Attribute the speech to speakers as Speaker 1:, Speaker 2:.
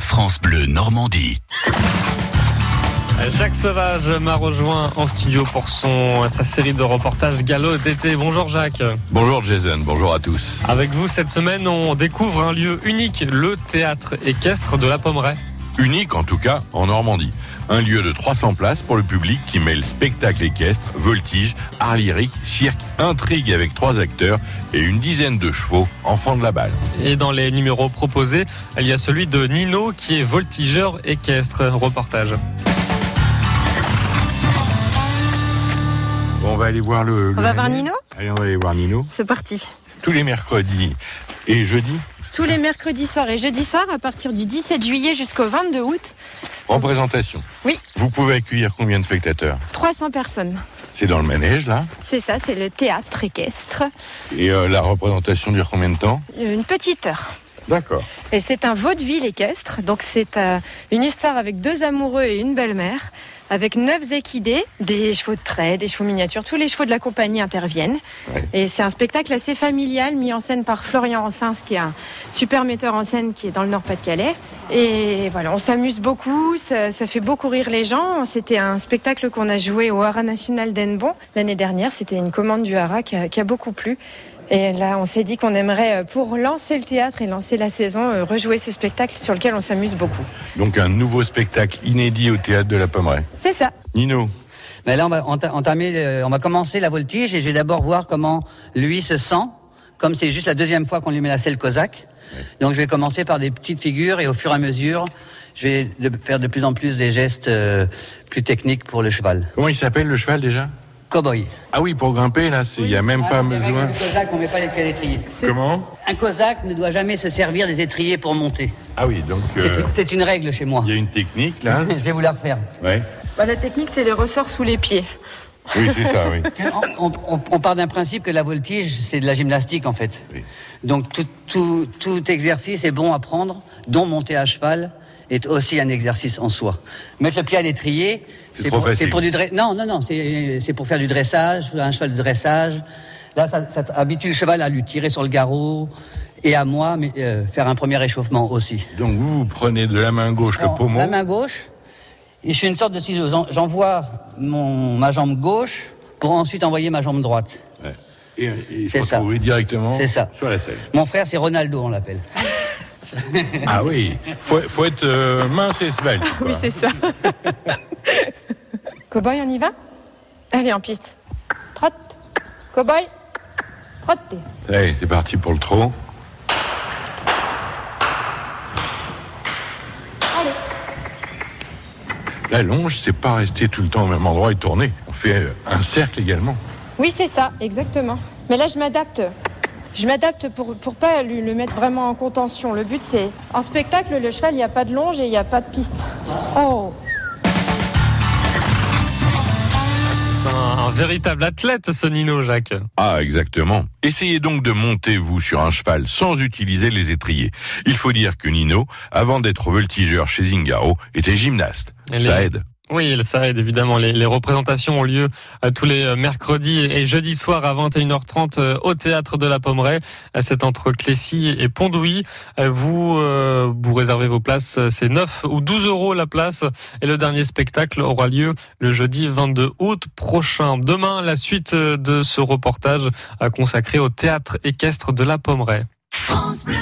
Speaker 1: France Bleu Normandie.
Speaker 2: Jacques Sauvage m'a rejoint en studio pour son, sa série de reportages Galop d'été. Bonjour Jacques.
Speaker 3: Bonjour Jason, bonjour à tous.
Speaker 2: Avec vous cette semaine, on découvre un lieu unique, le théâtre équestre de la Pommeraye.
Speaker 3: Unique en tout cas en Normandie. Un lieu de 300 places pour le public qui mêle spectacle équestre, voltige, art lyrique, cirque, intrigue avec trois acteurs et une dizaine de chevaux enfants de la balle.
Speaker 2: Et dans les numéros proposés, il y a celui de Nino qui est voltigeur équestre. Reportage.
Speaker 3: On va aller voir le.
Speaker 4: On
Speaker 3: le-
Speaker 4: va voir Nino
Speaker 3: Allez, on va aller voir Nino.
Speaker 4: C'est parti.
Speaker 3: Tous les mercredis et jeudis,
Speaker 4: Tous les mercredis soirs et jeudi soir, à partir du 17 juillet jusqu'au 22 août,
Speaker 3: représentation.
Speaker 4: Oui.
Speaker 3: Vous pouvez accueillir combien de spectateurs
Speaker 4: 300 personnes.
Speaker 3: C'est dans le manège là.
Speaker 4: C'est ça, c'est le théâtre équestre. Euh,
Speaker 3: Et euh, la représentation dure combien de temps
Speaker 4: Une petite heure.
Speaker 3: D'accord.
Speaker 4: Et c'est un vaudeville équestre, donc c'est euh, une histoire avec deux amoureux et une belle-mère, avec neuf équidés, des chevaux de trait, des chevaux miniatures, tous les chevaux de la compagnie interviennent.
Speaker 3: Ouais.
Speaker 4: Et c'est un spectacle assez familial, mis en scène par Florian Ancens, qui est un super metteur en scène qui est dans le Nord-Pas-de-Calais. Et voilà, on s'amuse beaucoup, ça, ça fait beaucoup rire les gens. C'était un spectacle qu'on a joué au Haras National d'Enbon l'année dernière, c'était une commande du Haras qui a- qui a beaucoup plu. Et là, on s'est dit qu'on aimerait, euh, pour lancer le théâtre et lancer la saison, euh, rejouer ce spectacle sur lequel on s'amuse beaucoup.
Speaker 3: Donc un nouveau spectacle inédit au théâtre de la Pommeraye.
Speaker 4: C'est ça.
Speaker 3: Nino,
Speaker 5: Mais là, on va, enta- entamer, euh, on va commencer la voltige et je vais d'abord voir comment lui se sent, comme c'est juste la deuxième fois qu'on lui met la selle cosaque. Donc je vais commencer par des petites figures et au fur et à mesure, je vais de- faire de plus en plus des gestes euh, plus techniques pour le cheval.
Speaker 3: comment il s'appelle le cheval déjà
Speaker 5: Cowboy. Ah,
Speaker 3: Ah oui, pour grimper, là, c'est- il n'y a même pas besoin.
Speaker 5: Cosaque, on met pas les pieds à l'étrier.
Speaker 3: Comment
Speaker 5: Un cosaque ne doit jamais se servir des étriers pour monter.
Speaker 3: Ah oui, donc euh,
Speaker 5: C'est- C'est une règle chez moi.
Speaker 3: il y a une technique, là.
Speaker 5: Je vais vous la refaire.
Speaker 3: ouais.
Speaker 4: Bah, la technique, c'est les ressorts sous les pieds.
Speaker 3: Oui, c'est ça, oui.
Speaker 5: Hein, On, on- on part d'un principe que la voltige, c'est de la gymnastique en fait.
Speaker 3: Oui.
Speaker 5: Donc tout, tout- tout exercice est bon à prendre, dont monter à cheval est aussi un exercice en soi. Mettre le pied à l'étrier,
Speaker 3: C'est
Speaker 5: c'est
Speaker 3: trop
Speaker 5: pour, c'est
Speaker 3: facile.
Speaker 5: pour du dressage. Non, non, non, c'est c'est pour faire du dressage, un cheval de dressage. Là, ça, ça habitue le cheval à lui tirer sur le garrot et à moi mais, euh, faire un premier échauffement aussi.
Speaker 3: Donc vous, vous prenez de la main gauche le
Speaker 5: Alors,
Speaker 3: pommeau.
Speaker 5: La main gauche. Et je fais une sorte de ciseau. J'en- J'envoie mon- ma jambe gauche pour ensuite envoyer ma jambe droite.
Speaker 3: Ouais. Et, et se
Speaker 5: C'est ça.
Speaker 3: retrouver directement
Speaker 5: C'est ça.
Speaker 3: sur la selle.
Speaker 5: Mon frère, c'est Ronaldo, on l'appelle.
Speaker 3: Ah oui, faut, faut être euh, mince et svelte. quoi.
Speaker 4: Oui, c'est ça. Cowboy, on y va Allez, en piste. Trotte. Cowboy. Trotte.
Speaker 3: Ça y est, c'est parti pour le trot. La longe, c'est pas rester tout le temps au même endroit et tourner. On fait euh, un cercle également.
Speaker 4: Oui, c'est ça, exactement. Mais là, je m'adapte. Je m'adapte pour pour pas lui, le mettre vraiment en contention. Le but, c'est en spectacle, le cheval, il n'y a pas de longe et il n'y a pas de piste. Oh
Speaker 2: C'est un, un véritable athlète ce Nino, Jacques.
Speaker 3: Ah, exactement. Essayez donc de monter, vous, sur un cheval sans utiliser les étriers. Il faut dire que Nino, avant d'être voltigeur chez Zingaro, était gymnaste.
Speaker 2: Elle
Speaker 3: Ça
Speaker 2: est-
Speaker 3: aide.
Speaker 2: Oui, ça aide évidemment. Les, les représentations ont lieu euh, tous les euh, mercredis et jeudis soirs à 21h30 euh, au théâtre de la Pommeraye. Euh, C'est entre Clécy et Pondouilly. Euh, Vous euh, vous réservez vos places, euh, c'est 9 ou 12 euros la place. Et le dernier spectacle aura lieu le jeudi 22 août prochain. Demain, la suite euh, de ce reportage euh, consacré au théâtre équestre de la Pommeraye.
Speaker 6: France Bleu.